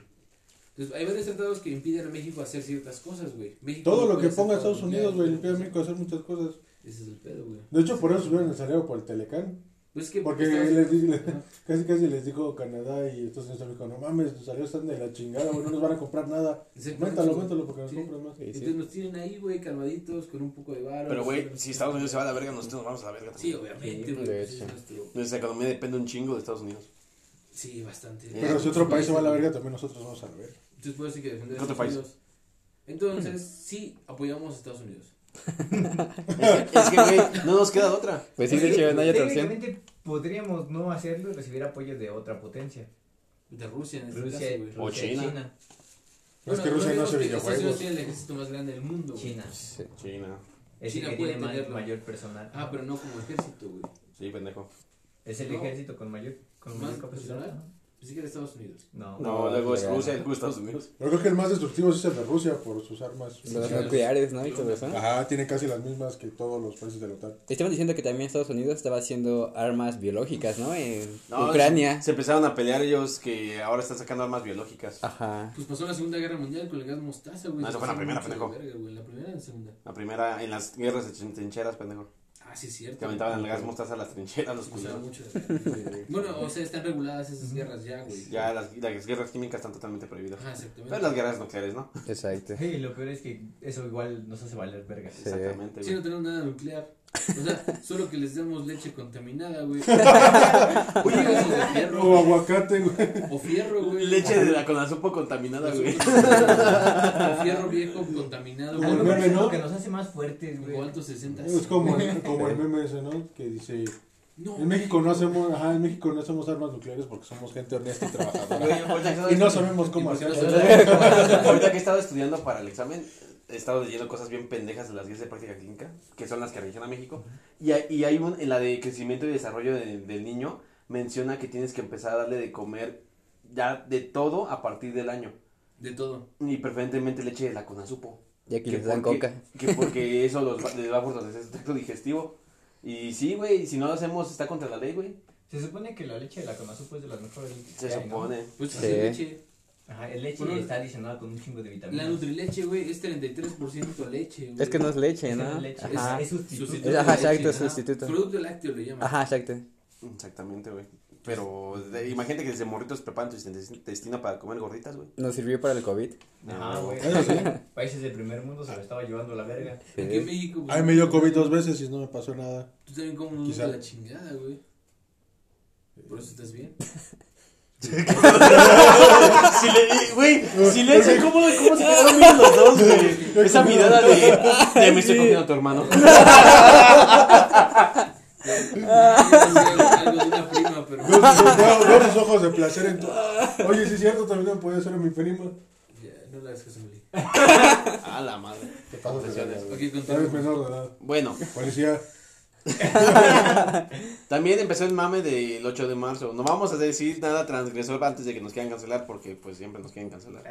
[SPEAKER 1] Entonces, hay varios tratados que impiden a México hacer ciertas cosas, güey. México
[SPEAKER 3] Todo
[SPEAKER 1] no
[SPEAKER 3] lo
[SPEAKER 1] puede
[SPEAKER 3] que
[SPEAKER 1] hacer
[SPEAKER 3] ponga
[SPEAKER 1] todo
[SPEAKER 3] Estados
[SPEAKER 1] lo que
[SPEAKER 3] Unidos,
[SPEAKER 1] haga,
[SPEAKER 3] güey,
[SPEAKER 1] güey.
[SPEAKER 3] le impide a México hacer muchas cosas.
[SPEAKER 1] Ese es el pedo, güey.
[SPEAKER 3] De hecho, por eso subieron el salario por el Telecán.
[SPEAKER 1] Pues es que
[SPEAKER 3] Porque
[SPEAKER 1] Estados-
[SPEAKER 3] les di- les-
[SPEAKER 1] Ajá.
[SPEAKER 3] Casi, casi les dijo Canadá y Estados Unidos dijo, no mames, tus salarios están de la chingada, güey, no nos van a comprar nada.
[SPEAKER 1] Sí,
[SPEAKER 3] Méntalo,
[SPEAKER 1] sí.
[SPEAKER 3] méntalo porque nos
[SPEAKER 1] Sí.
[SPEAKER 3] compran más.
[SPEAKER 4] Sí,
[SPEAKER 1] Entonces
[SPEAKER 4] sí.
[SPEAKER 1] nos tienen ahí, güey, calmaditos, con un poco de varo.
[SPEAKER 2] Pero, güey,
[SPEAKER 1] Nos-
[SPEAKER 2] si Estados Unidos se va a la verga, nosotros nos vamos a la verga
[SPEAKER 1] Sí,
[SPEAKER 2] también.
[SPEAKER 1] obviamente,
[SPEAKER 4] Sí,
[SPEAKER 1] güey.
[SPEAKER 4] de
[SPEAKER 1] pues,
[SPEAKER 4] hecho.
[SPEAKER 1] es nuestro-
[SPEAKER 2] Nuestra economía depende un chingo de Estados Unidos.
[SPEAKER 1] Sí, bastante.
[SPEAKER 3] Pero si otro país se va a la verga, también nosotros vamos a la verga.
[SPEAKER 1] Entonces puede ser que defender a
[SPEAKER 2] ¿Qué otro
[SPEAKER 1] Estados
[SPEAKER 2] país?
[SPEAKER 1] Unidos. Entonces, sí, apoyamos a Estados Unidos.
[SPEAKER 2] Es que, güey, no nos queda de otra.
[SPEAKER 4] Pues sí, de hecho, no hay otra opción.
[SPEAKER 5] Técnicamente podríamos no hacerlo y recibir apoyo de otra potencia.
[SPEAKER 1] De Rusia, en este
[SPEAKER 5] Rusia,
[SPEAKER 1] caso, güey.
[SPEAKER 5] Rusia,
[SPEAKER 2] O China.
[SPEAKER 3] Pero es que
[SPEAKER 1] Bueno,
[SPEAKER 3] Rusia no
[SPEAKER 1] vemos
[SPEAKER 3] hace
[SPEAKER 1] que Estados Unidos
[SPEAKER 3] videojuegos.
[SPEAKER 1] tiene el ejército más grande del mundo, güey.
[SPEAKER 5] China.
[SPEAKER 4] Sí.
[SPEAKER 2] China.
[SPEAKER 5] Es
[SPEAKER 1] China
[SPEAKER 5] el que
[SPEAKER 1] puede
[SPEAKER 5] tiene ma-
[SPEAKER 1] tenerlo.
[SPEAKER 5] mayor personal.
[SPEAKER 1] Ah, pero no como ejército, güey.
[SPEAKER 2] Sí, pendejo.
[SPEAKER 5] Es el
[SPEAKER 1] No.
[SPEAKER 5] ejército con mayor, con
[SPEAKER 1] ¿Más
[SPEAKER 5] mayor capacidad.
[SPEAKER 1] personal?
[SPEAKER 5] ajá.
[SPEAKER 1] Pensé que era Estados Unidos.
[SPEAKER 5] No.
[SPEAKER 2] No, luego es
[SPEAKER 4] legal.
[SPEAKER 2] Rusia, luego Estados Unidos.
[SPEAKER 3] Yo creo que el más destructivo es el de Rusia por sus armas.
[SPEAKER 4] Los
[SPEAKER 1] sí.
[SPEAKER 4] nucleares, ¿no? Y todo eso.
[SPEAKER 3] Ajá, tiene casi las mismas que todos los países de la OTAN.
[SPEAKER 4] Estaban diciendo que también Estados Unidos estaba haciendo armas biológicas, ¿no? En
[SPEAKER 2] No,
[SPEAKER 4] Ucrania.
[SPEAKER 2] Se, se empezaron a pelear ellos que ahora están sacando armas biológicas.
[SPEAKER 4] Ajá.
[SPEAKER 1] Pues pasó la Segunda Guerra Mundial con el gas mostaza, güey.
[SPEAKER 2] No, esa Ah, fue la
[SPEAKER 1] Se
[SPEAKER 2] primera,
[SPEAKER 1] pasó
[SPEAKER 2] pendejo.
[SPEAKER 1] mucho de verga, güey. La primera o la segunda.
[SPEAKER 2] La primera, en las guerras de trin- trincheras, pendejo.
[SPEAKER 1] Ah, sí, es
[SPEAKER 2] Que
[SPEAKER 1] cierto.
[SPEAKER 2] aventaban el gas mostaza a las trincheras, los
[SPEAKER 1] O sea,
[SPEAKER 2] culeros.
[SPEAKER 1] mucho. Bueno, o sea, están reguladas esas guerras ya, güey.
[SPEAKER 2] Ya las, las guerras químicas están totalmente prohibidas.
[SPEAKER 1] Ajá,
[SPEAKER 2] Pero
[SPEAKER 1] exactamente.
[SPEAKER 2] las guerras nucleares, ¿no?
[SPEAKER 4] Exacto.
[SPEAKER 5] Sí, lo peor es que eso igual nos hace valer verga.
[SPEAKER 4] Sí.
[SPEAKER 2] Exactamente,
[SPEAKER 1] Sí, no
[SPEAKER 2] güey.
[SPEAKER 1] tenemos nada nuclear. O sea, solo que les damos leche contaminada, güey.
[SPEAKER 2] Oye,
[SPEAKER 1] Oye, o fierro,
[SPEAKER 3] O aguacate, güey.
[SPEAKER 1] o fierro, güey.
[SPEAKER 2] Leche de la con azupo contaminada, güey.
[SPEAKER 1] O fierro viejo contaminado,
[SPEAKER 5] A
[SPEAKER 4] Ah,
[SPEAKER 3] Como
[SPEAKER 5] lo
[SPEAKER 3] el
[SPEAKER 1] güey.
[SPEAKER 5] mejor
[SPEAKER 3] meme,
[SPEAKER 5] eso es
[SPEAKER 3] ¿no?
[SPEAKER 5] lo que nos hace más fuertes, güey.
[SPEAKER 1] O alto 60.
[SPEAKER 3] Es como, como el meme ese, ¿no? Que dice,
[SPEAKER 1] No,
[SPEAKER 3] en México no hacemos, ajá, en México no hacemos armas nucleares porque somos gente honesta y trabajadora.
[SPEAKER 2] Güey, ahorita que estaba
[SPEAKER 3] Y no
[SPEAKER 2] estu-
[SPEAKER 3] sabemos cómo
[SPEAKER 1] Y porque
[SPEAKER 3] hacerlo.
[SPEAKER 1] no sabemos-
[SPEAKER 2] Ahorita que he estado estudiando para el examen, he estado leyendo cosas bien pendejas de las guías de práctica clínica, que son las que rigen a México. Y, hay- y hay un, en la de crecimiento y desarrollo de- del niño, menciona que tienes que empezar a darle de comer ya de todo a partir del año.
[SPEAKER 1] De todo.
[SPEAKER 2] Y preferentemente leche de la Conasupo.
[SPEAKER 4] Y aquí
[SPEAKER 2] Que
[SPEAKER 4] les dan
[SPEAKER 2] porque-
[SPEAKER 4] coca.
[SPEAKER 2] Que porque eso los va- les va a fortalecer su tracto digestivo. Y sí, güey, si no lo hacemos está contra la ley, güey.
[SPEAKER 5] Se supone que la leche de la Kamasupo es de las mejores leches
[SPEAKER 2] Se
[SPEAKER 5] que hay, ¿no?
[SPEAKER 2] supone.
[SPEAKER 1] Pues es
[SPEAKER 4] Sí.
[SPEAKER 1] leche.
[SPEAKER 5] Ajá, es leche
[SPEAKER 1] Bueno,
[SPEAKER 5] está adicionada con un chingo de vitaminas.
[SPEAKER 1] La Nutrileche, güey, es 33% leche, güey.
[SPEAKER 4] Es que no es leche,
[SPEAKER 5] Esa no
[SPEAKER 4] ¿no?
[SPEAKER 5] es leche,
[SPEAKER 4] Ajá.
[SPEAKER 5] es sustituto.
[SPEAKER 1] Sustituto
[SPEAKER 4] Es- ajá,
[SPEAKER 1] de leche,
[SPEAKER 4] exacto,
[SPEAKER 1] ajá.
[SPEAKER 4] sustituto.
[SPEAKER 1] Producto lácteo le llaman.
[SPEAKER 4] Ajá, exacto.
[SPEAKER 2] Exactamente, güey. Pero de- imagínate que desde morritos preparan tu intest- intestino para comer gorditas, güey.
[SPEAKER 4] Nos sirvió para el COVID.
[SPEAKER 5] Ajá, güey.
[SPEAKER 3] Eso sí.
[SPEAKER 5] Países del primer mundo se lo estaba llevando a la verga.
[SPEAKER 1] Aquí en México. pues,
[SPEAKER 3] Ay, me dio COVID dos veces y no me pasó nada.
[SPEAKER 1] Tú también como un
[SPEAKER 3] Quizá.
[SPEAKER 1] de la chingada, güey. Por eso estás bien.
[SPEAKER 2] Si le, güey, si le hace cómo, cómo se quedaron mirando los dos, güey. Esa mirada de, de me estoy cogiendo a tu hermano.
[SPEAKER 1] Algo
[SPEAKER 5] Ah.
[SPEAKER 1] algo de una prima, pero.
[SPEAKER 3] Veo sus- Veo veo sus ojos de placer en tu... Oye, sí es cierto, también me podía hacer a mi prima.
[SPEAKER 1] Ya, no le hagas caso, Meli.
[SPEAKER 2] A la madre.
[SPEAKER 3] Te pasas de verga, güey.
[SPEAKER 1] Ok, continúa.
[SPEAKER 3] Tal vez menor de edad.
[SPEAKER 2] Bueno,
[SPEAKER 3] Policía.
[SPEAKER 2] también empezó el mame del 8 de marzo. No vamos a decir nada transgresor antes de que nos quieran cancelar porque pues siempre nos quieren cancelar.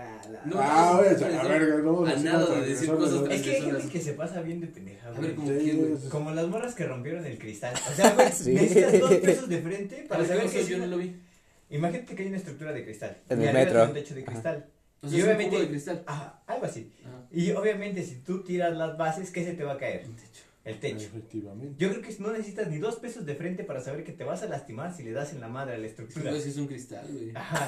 [SPEAKER 1] No,
[SPEAKER 3] Ah,
[SPEAKER 1] no,
[SPEAKER 3] güey,
[SPEAKER 1] no,
[SPEAKER 3] a la
[SPEAKER 1] no.
[SPEAKER 3] verga, no.
[SPEAKER 1] A
[SPEAKER 3] sí,
[SPEAKER 1] nada
[SPEAKER 3] no,
[SPEAKER 1] de decir
[SPEAKER 3] no,
[SPEAKER 1] cosas
[SPEAKER 3] no.
[SPEAKER 1] tan-
[SPEAKER 5] Es que hay gente
[SPEAKER 1] personas.
[SPEAKER 5] que se pasa bien de pendeja,
[SPEAKER 1] A ver,
[SPEAKER 5] güey.
[SPEAKER 1] ¿cómo
[SPEAKER 3] Sí,
[SPEAKER 1] quién, güey?
[SPEAKER 3] güey.
[SPEAKER 5] Como las morras que rompieron el cristal. O sea, güey,
[SPEAKER 4] Sí.
[SPEAKER 5] necesitas dos pesos de frente
[SPEAKER 1] Para
[SPEAKER 5] para saber que
[SPEAKER 1] yo no lo vi.
[SPEAKER 5] Imagínate que hay una estructura de cristal.
[SPEAKER 4] En
[SPEAKER 5] y
[SPEAKER 4] el
[SPEAKER 5] arriba
[SPEAKER 4] metro.
[SPEAKER 5] tiene un techo de
[SPEAKER 4] Ajá.
[SPEAKER 5] cristal.
[SPEAKER 1] O
[SPEAKER 5] y
[SPEAKER 1] sea, es un
[SPEAKER 5] obviamente.
[SPEAKER 1] cubo de cristal.
[SPEAKER 5] Ajá, algo así.
[SPEAKER 1] Ajá.
[SPEAKER 5] Y obviamente, si tú tiras las bases, ¿qué se te va a caer?
[SPEAKER 1] Un techo.
[SPEAKER 5] El techo.
[SPEAKER 3] Efectivamente.
[SPEAKER 5] Yo creo que no necesitas ni dos pesos de frente para saber que te vas a lastimar si le das en la madre a la
[SPEAKER 1] Pero
[SPEAKER 5] estructura.
[SPEAKER 1] güey, Pues sí es un cristal, güey.
[SPEAKER 5] Ajá.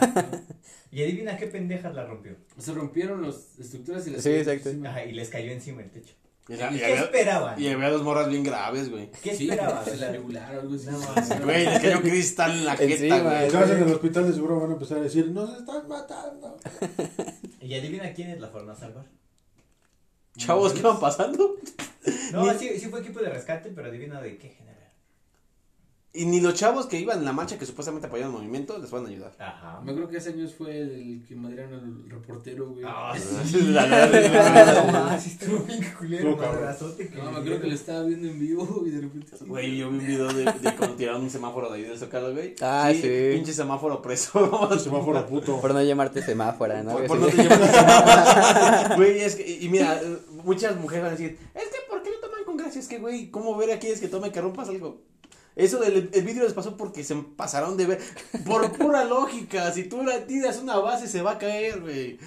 [SPEAKER 5] Y adivina qué pendejas la rompió.
[SPEAKER 1] Se rompieron las estructuras y las.
[SPEAKER 4] Sí, exacto.
[SPEAKER 5] Ajá, y les cayó encima el techo.
[SPEAKER 2] Y, la- y
[SPEAKER 5] ¿Qué
[SPEAKER 2] había,
[SPEAKER 5] esperaban?
[SPEAKER 2] y había dos morras bien graves, güey.
[SPEAKER 5] ¿Qué
[SPEAKER 1] Sí,
[SPEAKER 5] esperaban?
[SPEAKER 1] pues, la regular o algo así.
[SPEAKER 5] No, mames.
[SPEAKER 2] Güey, le cayó cristal en la
[SPEAKER 4] Encima,
[SPEAKER 2] jeta, güey.
[SPEAKER 3] Y todas en el hospital de seguro van a empezar a decir, nos están matando.
[SPEAKER 5] Y adivina quiénes la fueron a salvar.
[SPEAKER 2] Chavos, ¿qué van pasando?
[SPEAKER 5] No,
[SPEAKER 2] Ni-
[SPEAKER 5] sí, sí fue equipo de rescate, pero adivina de qué general.
[SPEAKER 2] Y ni los chavos que iban en la marcha que supuestamente apoyaban el movimiento les van a ayudar.
[SPEAKER 5] Ajá.
[SPEAKER 1] Me acuerdo que hace años fue el que madrearon al reportero, güey.
[SPEAKER 5] Ah, sí.
[SPEAKER 2] La- la- la- la- la-
[SPEAKER 5] sí, estuvo bien culero,
[SPEAKER 3] Estuvo cabrón.
[SPEAKER 5] madrazote que
[SPEAKER 1] No, me
[SPEAKER 5] le
[SPEAKER 1] acuerdo que lo
[SPEAKER 5] dieron.
[SPEAKER 1] estaba viendo en vivo y de repente.
[SPEAKER 2] Güey, yo vi un video de, de cuando tiraron un semáforo de ahí del Zócalo, güey.
[SPEAKER 4] Ah, sí.
[SPEAKER 2] Pinche semáforo preso.
[SPEAKER 3] El semáforo puto.
[SPEAKER 4] Por no llamarte semáfora, ¿no?
[SPEAKER 2] Por,
[SPEAKER 4] Algo
[SPEAKER 2] por no
[SPEAKER 4] así.
[SPEAKER 2] te llevar- Güey, es que, y mira, eh, muchas mujeres van a decir, es que ¿por qué lo toman con gracia? Es que, güey, ¿cómo ver aquí es que tomen que rompas algo? Eso del el vídeo les pasó porque se pasaron de ver. Por pura lógica, si tú la tiras una base se va a caer, güey.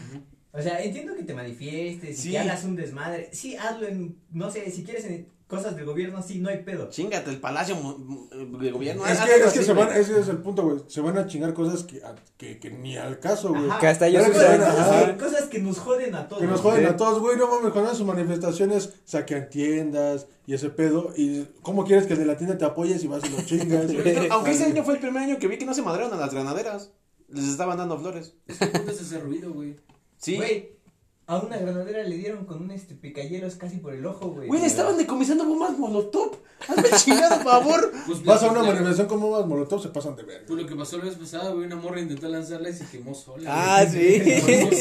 [SPEAKER 5] O sea, entiendo que te manifiestes
[SPEAKER 2] Sí.
[SPEAKER 5] y que hagas un desmadre. Sí, hazlo en, no sé, si quieres en cosas del gobierno, sí, no hay pedo.
[SPEAKER 2] Chingate, el palacio mu- mu- de gobierno.
[SPEAKER 3] Es
[SPEAKER 2] haz
[SPEAKER 3] que,
[SPEAKER 2] algo
[SPEAKER 3] es que
[SPEAKER 2] así,
[SPEAKER 3] se van,
[SPEAKER 2] güey.
[SPEAKER 3] ese es el punto, güey. Se van a chingar cosas que, a- que, que ni al caso, güey.
[SPEAKER 5] Ajá.
[SPEAKER 4] Que hasta ellos
[SPEAKER 3] Pero que
[SPEAKER 5] cosas,
[SPEAKER 3] saben,
[SPEAKER 4] usaron.
[SPEAKER 5] cosas
[SPEAKER 3] ajá.
[SPEAKER 5] que, cosas que nos joden a todos.
[SPEAKER 3] Que nos joden a todos, güey, no mames, cuando hacen sus manifestaciones saquean tiendas y ese pedo. ¿Y cómo quieres que el de la tienda te apoye si vas y lo chingas?
[SPEAKER 2] Pero, Aunque ese año fue el primer año que vi que no se madrearon a las granaderas. Les estaban dando flores.
[SPEAKER 1] ¿Dónde se hace ruido, güey?
[SPEAKER 2] Sí.
[SPEAKER 5] Güey, a una granadera le dieron con un este picayelos casi por el ojo, güey.
[SPEAKER 2] Güey, le estaban decomisando bombas molotov. Hazme el chingado favor.
[SPEAKER 1] Pues,
[SPEAKER 3] Vas a
[SPEAKER 1] la-
[SPEAKER 3] una
[SPEAKER 1] la-
[SPEAKER 3] manifestación como más molotov, se pasan de verga.
[SPEAKER 1] Pues lo que pasó la vez pasada, güey, una morra intentó lanzarla y se quemó sola.
[SPEAKER 4] Ah, sí.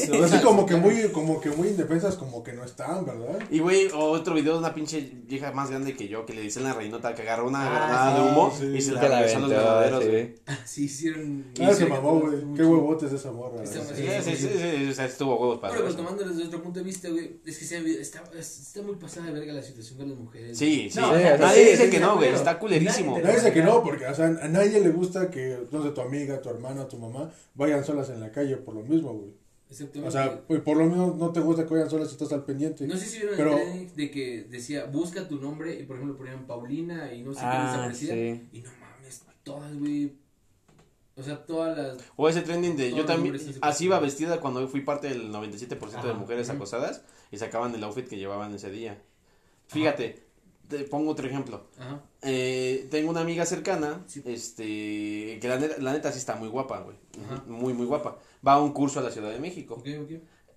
[SPEAKER 3] Pero así como que muy, como que muy indefensas, como que no están, ¿verdad?
[SPEAKER 2] Y güey, otro video de una pinche vieja más grande que yo que le dicen la reinota que agarró una
[SPEAKER 5] Ah,
[SPEAKER 2] granada
[SPEAKER 5] sí,
[SPEAKER 2] de humo
[SPEAKER 3] sí.
[SPEAKER 2] y se la
[SPEAKER 4] Que la
[SPEAKER 2] regresó a los
[SPEAKER 4] aventó,
[SPEAKER 2] granaderos. güey.
[SPEAKER 4] sí.
[SPEAKER 1] Sí, hicieron.
[SPEAKER 3] Ah, se
[SPEAKER 1] hicieron-
[SPEAKER 3] mamó, güey. Qué huevotes esa morra.
[SPEAKER 1] Esa
[SPEAKER 3] ¿verdad?
[SPEAKER 1] madre.
[SPEAKER 2] Sí, sí, sí, sí, sí, o sea, estuvo huevos para
[SPEAKER 1] Bueno, pero pues,
[SPEAKER 2] eso.
[SPEAKER 5] pues,
[SPEAKER 1] tomando desde otro punto de vista, güey, es que se han vi- está, está muy pasada de verga la situación con las mujeres.
[SPEAKER 2] Sí, sí.
[SPEAKER 5] No,
[SPEAKER 4] sí,
[SPEAKER 2] Nadie
[SPEAKER 4] sí,
[SPEAKER 2] dice
[SPEAKER 5] sí,
[SPEAKER 2] que
[SPEAKER 5] sí,
[SPEAKER 2] no, güey.
[SPEAKER 5] claro.
[SPEAKER 2] Está culerísimo.
[SPEAKER 5] Nadie te-
[SPEAKER 3] Nadie dice que no, porque o sea, a nadie le gusta que, no sé, tu amiga, tu hermana, tu mamá vayan solas en la calle por lo mismo, güey.
[SPEAKER 1] Excepto
[SPEAKER 3] O sea, güey, por lo menos no te gusta que vayan solas y estás al pendiente.
[SPEAKER 1] no sé si vieron
[SPEAKER 3] pero-
[SPEAKER 1] el trending de que decía busca tu nombre y por ejemplo ponían Paulina y no sé
[SPEAKER 4] Ah,
[SPEAKER 1] qué desaparecida.
[SPEAKER 4] sí.
[SPEAKER 1] Y no mames, todas, güey. O sea, todas las.
[SPEAKER 2] O ese trending de
[SPEAKER 1] Todos
[SPEAKER 2] yo
[SPEAKER 1] los
[SPEAKER 2] también.
[SPEAKER 1] hombres sí se pasan.
[SPEAKER 2] Así iba vestida cuando fui parte del 97% de
[SPEAKER 5] Ajá,
[SPEAKER 2] mujeres
[SPEAKER 1] ujú.
[SPEAKER 2] acosadas y sacaban el outfit que llevaban ese día. Fíjate, te pongo otro ejemplo.
[SPEAKER 1] Ajá.
[SPEAKER 2] Eh, tengo una amiga cercana,
[SPEAKER 1] Sí.
[SPEAKER 2] este, que la neta, la neta sí está muy guapa, güey.
[SPEAKER 1] Ajá.
[SPEAKER 2] Muy, muy guapa. Va a un curso a la Ciudad de México.
[SPEAKER 1] Ok, ok.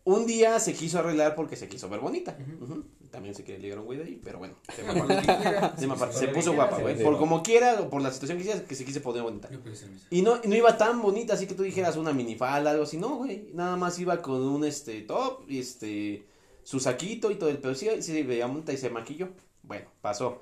[SPEAKER 2] Un día se quiso arreglar porque se quiso ver bonita.
[SPEAKER 1] Ujú.
[SPEAKER 2] Ujú. También se quiere ligar a un güey de ahí, pero bueno. tema
[SPEAKER 1] Bueno, por lo
[SPEAKER 2] aparte.
[SPEAKER 1] que quiera.
[SPEAKER 2] Tema aparte.
[SPEAKER 5] Por
[SPEAKER 2] Se
[SPEAKER 5] lo
[SPEAKER 2] puso
[SPEAKER 5] que
[SPEAKER 2] guapa,
[SPEAKER 5] quiera,
[SPEAKER 2] güey.
[SPEAKER 5] sí.
[SPEAKER 2] Por como quiera o por la situación que quisiera, que se quiso poner bonita.
[SPEAKER 1] No puede ser mesa.
[SPEAKER 2] Y no, y no iba tan bonita, así que tú dijeras una minifalda, algo así, no, güey. Nada más iba con un este top, y este, su saquito y todo el pedo. Sí, sí, veía monta y se maquilló. Bueno, pasó.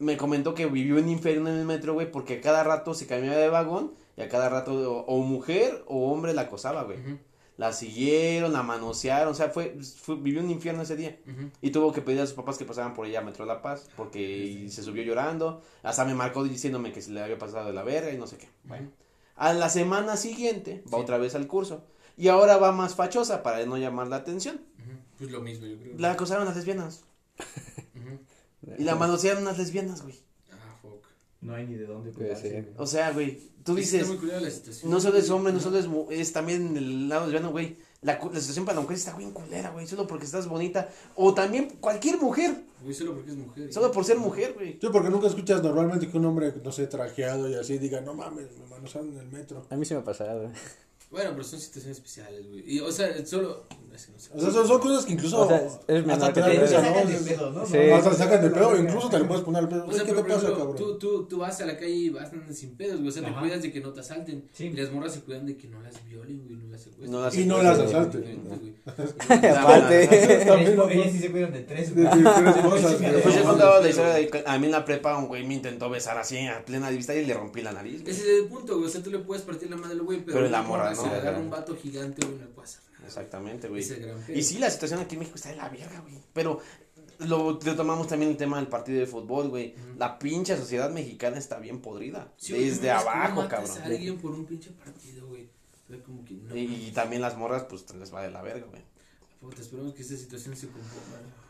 [SPEAKER 2] Me comentó que vivió un infierno en el metro, güey, porque a cada rato se cambiaba de vagón y a cada rato o, o mujer o hombre la acosaba, güey.
[SPEAKER 1] Ujú,
[SPEAKER 2] La siguieron, la manosearon, o sea, fue, fue vivió un infierno ese día.
[SPEAKER 1] ujú.
[SPEAKER 2] Y tuvo que pedir a sus papás que pasaran por ella a Metro La Paz, porque y se subió llorando, hasta me marcó diciéndome que se le había pasado de la verga y no sé qué. Bueno. A la semana siguiente va
[SPEAKER 1] Sí.
[SPEAKER 2] otra vez al curso y ahora va más fachosa para no llamar la atención.
[SPEAKER 1] Ujú. Pues lo mismo, yo creo.
[SPEAKER 2] La acosaron las lesbianas
[SPEAKER 1] Ujú.
[SPEAKER 2] y la manosearon las lesbianas, güey.
[SPEAKER 1] Ah, fuck.
[SPEAKER 5] No hay ni de dónde
[SPEAKER 4] Puede
[SPEAKER 5] pegarse,
[SPEAKER 4] ser.
[SPEAKER 5] güey.
[SPEAKER 2] O sea, güey, tú
[SPEAKER 1] Sí, está
[SPEAKER 2] dices,
[SPEAKER 1] muy culera la situación.
[SPEAKER 2] no solo es hombre, no solo es, mu- es también el lado lesbiano, güey. La, cu- la situación para la mujer está bien culera, güey, solo porque estás bonita. O también cualquier mujer,
[SPEAKER 1] Güey, solo porque es mujer.
[SPEAKER 2] solo por ser mujer, güey.
[SPEAKER 3] Sí, porque nunca escuchas normalmente que un hombre, no sé, trajeado y así diga, no mames, me manosaron en el metro.
[SPEAKER 4] A mí sí me ha pasado.
[SPEAKER 1] Bueno, pero son situaciones especiales, güey. Y, o sea, solo. es que no sé.
[SPEAKER 3] O sea, son, son cosas que incluso
[SPEAKER 4] O sea, es- es menor
[SPEAKER 3] hasta te
[SPEAKER 4] que
[SPEAKER 3] da
[SPEAKER 4] te-
[SPEAKER 5] Te
[SPEAKER 3] risa,
[SPEAKER 5] sacan de
[SPEAKER 3] ¿no?
[SPEAKER 5] pedo, ¿no?
[SPEAKER 4] Sí.
[SPEAKER 5] No,
[SPEAKER 3] Hasta
[SPEAKER 5] no,
[SPEAKER 3] te sacan de
[SPEAKER 5] no,
[SPEAKER 3] pedo,
[SPEAKER 5] no,
[SPEAKER 3] incluso te le puedes poner el pedo.
[SPEAKER 1] O sea,
[SPEAKER 3] ¿Qué
[SPEAKER 1] pero
[SPEAKER 3] te
[SPEAKER 1] por
[SPEAKER 3] pasa,
[SPEAKER 1] ejemplo,
[SPEAKER 3] cabrón?
[SPEAKER 1] tú, tú, tú vas a la calle y vas andas sin pedos, güey. O sea, te
[SPEAKER 5] Ajá.
[SPEAKER 1] cuidas de que no te asalten.
[SPEAKER 5] Sí.
[SPEAKER 1] Y las morras se cuidan de que no las violen, güey, no las secuestren.
[SPEAKER 2] No las
[SPEAKER 3] Y no
[SPEAKER 2] Sí,
[SPEAKER 3] las
[SPEAKER 2] sí,
[SPEAKER 3] asaltes.
[SPEAKER 1] Diferente, güey.
[SPEAKER 4] Aparte.
[SPEAKER 5] Tres,
[SPEAKER 3] También lo-
[SPEAKER 5] Ellas sí se cuidan de tres,
[SPEAKER 3] De- de-
[SPEAKER 5] güey.
[SPEAKER 3] de las cosas,
[SPEAKER 5] Sí, me
[SPEAKER 3] güey.
[SPEAKER 2] Pues yo
[SPEAKER 1] Sí,
[SPEAKER 2] contaba
[SPEAKER 1] sí,
[SPEAKER 2] la
[SPEAKER 1] sí,
[SPEAKER 2] historia
[SPEAKER 1] sí.
[SPEAKER 2] de que a mí en la prepa un güey me intentó besar así a plena vista y le rompí la nariz. güey.
[SPEAKER 1] Ese es el punto, güey. O sea, tú le puedes partir la madre, al güey, pero.
[SPEAKER 2] Pero la
[SPEAKER 1] una
[SPEAKER 2] morra
[SPEAKER 1] morra
[SPEAKER 2] no,
[SPEAKER 1] Si le
[SPEAKER 2] güey.
[SPEAKER 1] agarra un vato gigante, güey, no le puede hacer nada.
[SPEAKER 2] Exactamente, güey.
[SPEAKER 1] Ese gran pedo.
[SPEAKER 2] Y sí, la situación aquí en México está de la verga, güey. Pero lo retomamos también el tema del partido de fútbol, güey. La pinche sociedad mexicana está bien podrida.
[SPEAKER 1] Sí, güey,
[SPEAKER 2] Desde
[SPEAKER 1] no mames, ¿cómo
[SPEAKER 2] abajo,
[SPEAKER 1] matas
[SPEAKER 2] cabrón.
[SPEAKER 1] a alguien por un pinche partido, güey. O sea, como que no.
[SPEAKER 2] Y, y también las morras, pues les va de la verga, güey.
[SPEAKER 1] Puta, esperemos que esta situación se componga.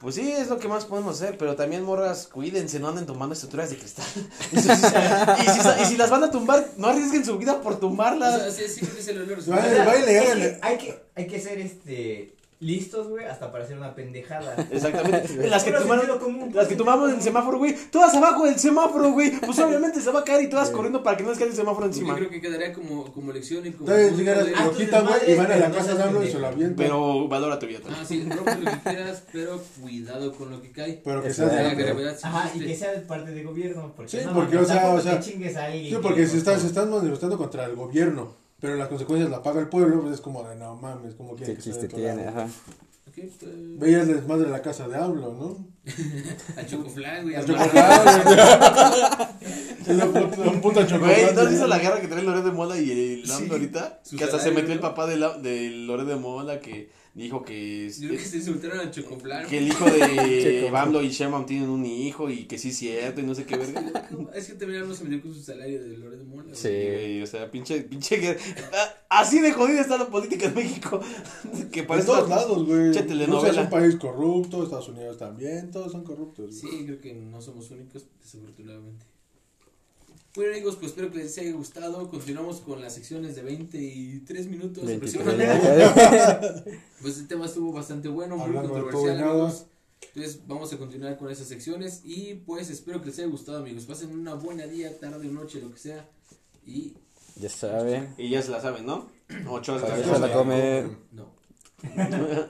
[SPEAKER 2] Pues sí, es lo que más podemos hacer, pero también morras, cuídense, no anden tomando estructuras de cristal. Y si, y si- y si las van a tumbar, no arriesguen su vida por
[SPEAKER 1] O
[SPEAKER 2] tumbarlas.
[SPEAKER 1] sea, sí, sí, creo que es el olor.
[SPEAKER 3] Vale,
[SPEAKER 5] O sea,
[SPEAKER 3] baile,
[SPEAKER 5] es que
[SPEAKER 3] hágale.
[SPEAKER 5] Hay que, hay que ser este listos, güey, hasta para hacer una pendejada.
[SPEAKER 2] Exactamente. Las que
[SPEAKER 5] Puro
[SPEAKER 2] tomaron,
[SPEAKER 5] sentido común,
[SPEAKER 1] pues,
[SPEAKER 2] las que
[SPEAKER 5] puro
[SPEAKER 2] tomamos en el
[SPEAKER 5] sentido
[SPEAKER 2] semáforo, güey. Todas abajo del semáforo, güey. Pues obviamente se va a caer y todas corriendo para que no les caiga el semáforo
[SPEAKER 1] Yo
[SPEAKER 2] encima.
[SPEAKER 1] creo que quedaría como, como lección y como.
[SPEAKER 3] Entonces
[SPEAKER 1] punto
[SPEAKER 3] llegan
[SPEAKER 1] de-
[SPEAKER 3] las
[SPEAKER 5] Ah,
[SPEAKER 3] lo
[SPEAKER 5] tú
[SPEAKER 3] quitan, güey, y
[SPEAKER 5] desmadres,
[SPEAKER 3] van a la
[SPEAKER 5] pero no
[SPEAKER 3] casa
[SPEAKER 5] seas
[SPEAKER 3] de AMLO y
[SPEAKER 5] pendejo.
[SPEAKER 3] se lo avientan.
[SPEAKER 2] Pero valora tu vida
[SPEAKER 1] Ah,
[SPEAKER 2] también.
[SPEAKER 1] sí, rompe lo que quieras, pero cuidado con lo que cae.
[SPEAKER 3] Pues, Pero que
[SPEAKER 4] Eso
[SPEAKER 3] sea
[SPEAKER 4] es
[SPEAKER 1] De la
[SPEAKER 3] de AMLO.
[SPEAKER 1] gravedad sí
[SPEAKER 5] Ajá, y
[SPEAKER 1] existe.
[SPEAKER 5] que sea de parte del gobierno. Porque
[SPEAKER 3] este Sí,
[SPEAKER 5] no,
[SPEAKER 3] porque,
[SPEAKER 5] mames,
[SPEAKER 3] o sea,
[SPEAKER 5] tampoco
[SPEAKER 3] o sea,
[SPEAKER 5] te chingues a alguien.
[SPEAKER 3] Sí, porque
[SPEAKER 5] que-
[SPEAKER 3] si estás, están manifestando contra el gobierno, pero las consecuencias las paga el pueblo, pues es como de no mames, como quieren
[SPEAKER 4] Qué
[SPEAKER 3] que sea
[SPEAKER 4] chiste
[SPEAKER 3] de tu lado.
[SPEAKER 4] tiene, ajá.
[SPEAKER 1] Ok, eh,
[SPEAKER 3] Veías el desmadre de la casa de AMLO, ¿no?
[SPEAKER 1] A Chocoflan, güey. a
[SPEAKER 3] El
[SPEAKER 1] Mara.
[SPEAKER 3] chocolate. La puta- Un punto de chocolate.
[SPEAKER 2] Güey, ¿no has visto la guerra que trae Loret de Mola y el Lando
[SPEAKER 1] Sí.
[SPEAKER 2] ahorita?
[SPEAKER 1] Su
[SPEAKER 2] Que hasta se
[SPEAKER 1] salario,
[SPEAKER 2] metió el
[SPEAKER 1] ¿no?
[SPEAKER 2] papá de, la, de Loret de Mola que dijo que... es-
[SPEAKER 1] Yo creo que se insultaron a Chocoflan.
[SPEAKER 2] Que el hijo de Bamlo y Sherman tienen un hijo y que sí es cierto y no sé qué verga.
[SPEAKER 1] No, Es que también no se metió con su salario de Loret de Mola. güey.
[SPEAKER 4] Sí.
[SPEAKER 2] Güey, o sea, pinche, pinche guerra. Ah, Así de jodida está la política en México. Que
[SPEAKER 3] Por
[SPEAKER 2] parece
[SPEAKER 3] todos
[SPEAKER 2] una-
[SPEAKER 3] lados, güey.
[SPEAKER 2] Che,
[SPEAKER 3] Rusia es
[SPEAKER 2] telenovela.
[SPEAKER 3] un país corrupto, Estados Unidos también, todos son corruptos. güey.
[SPEAKER 1] Sí, creo que no somos únicos, desafortunadamente. Bueno amigos, pues espero que les haya gustado. Continuamos con las secciones de 23 minutos.
[SPEAKER 4] 23
[SPEAKER 1] aproximadamente.
[SPEAKER 4] años.
[SPEAKER 1] Pues el tema estuvo bastante bueno, muy
[SPEAKER 3] Hablando de
[SPEAKER 1] controversial,
[SPEAKER 3] todo y nada.
[SPEAKER 1] amigos. Entonces vamos a continuar con esas secciones y pues espero que les haya gustado, amigos. Pasen una buena día, tarde o noche, lo que sea. Y
[SPEAKER 4] Ya sabe.
[SPEAKER 2] Y ya se la saben, ¿no? Ocho
[SPEAKER 4] Para
[SPEAKER 2] horas.
[SPEAKER 4] eso la come.
[SPEAKER 1] no.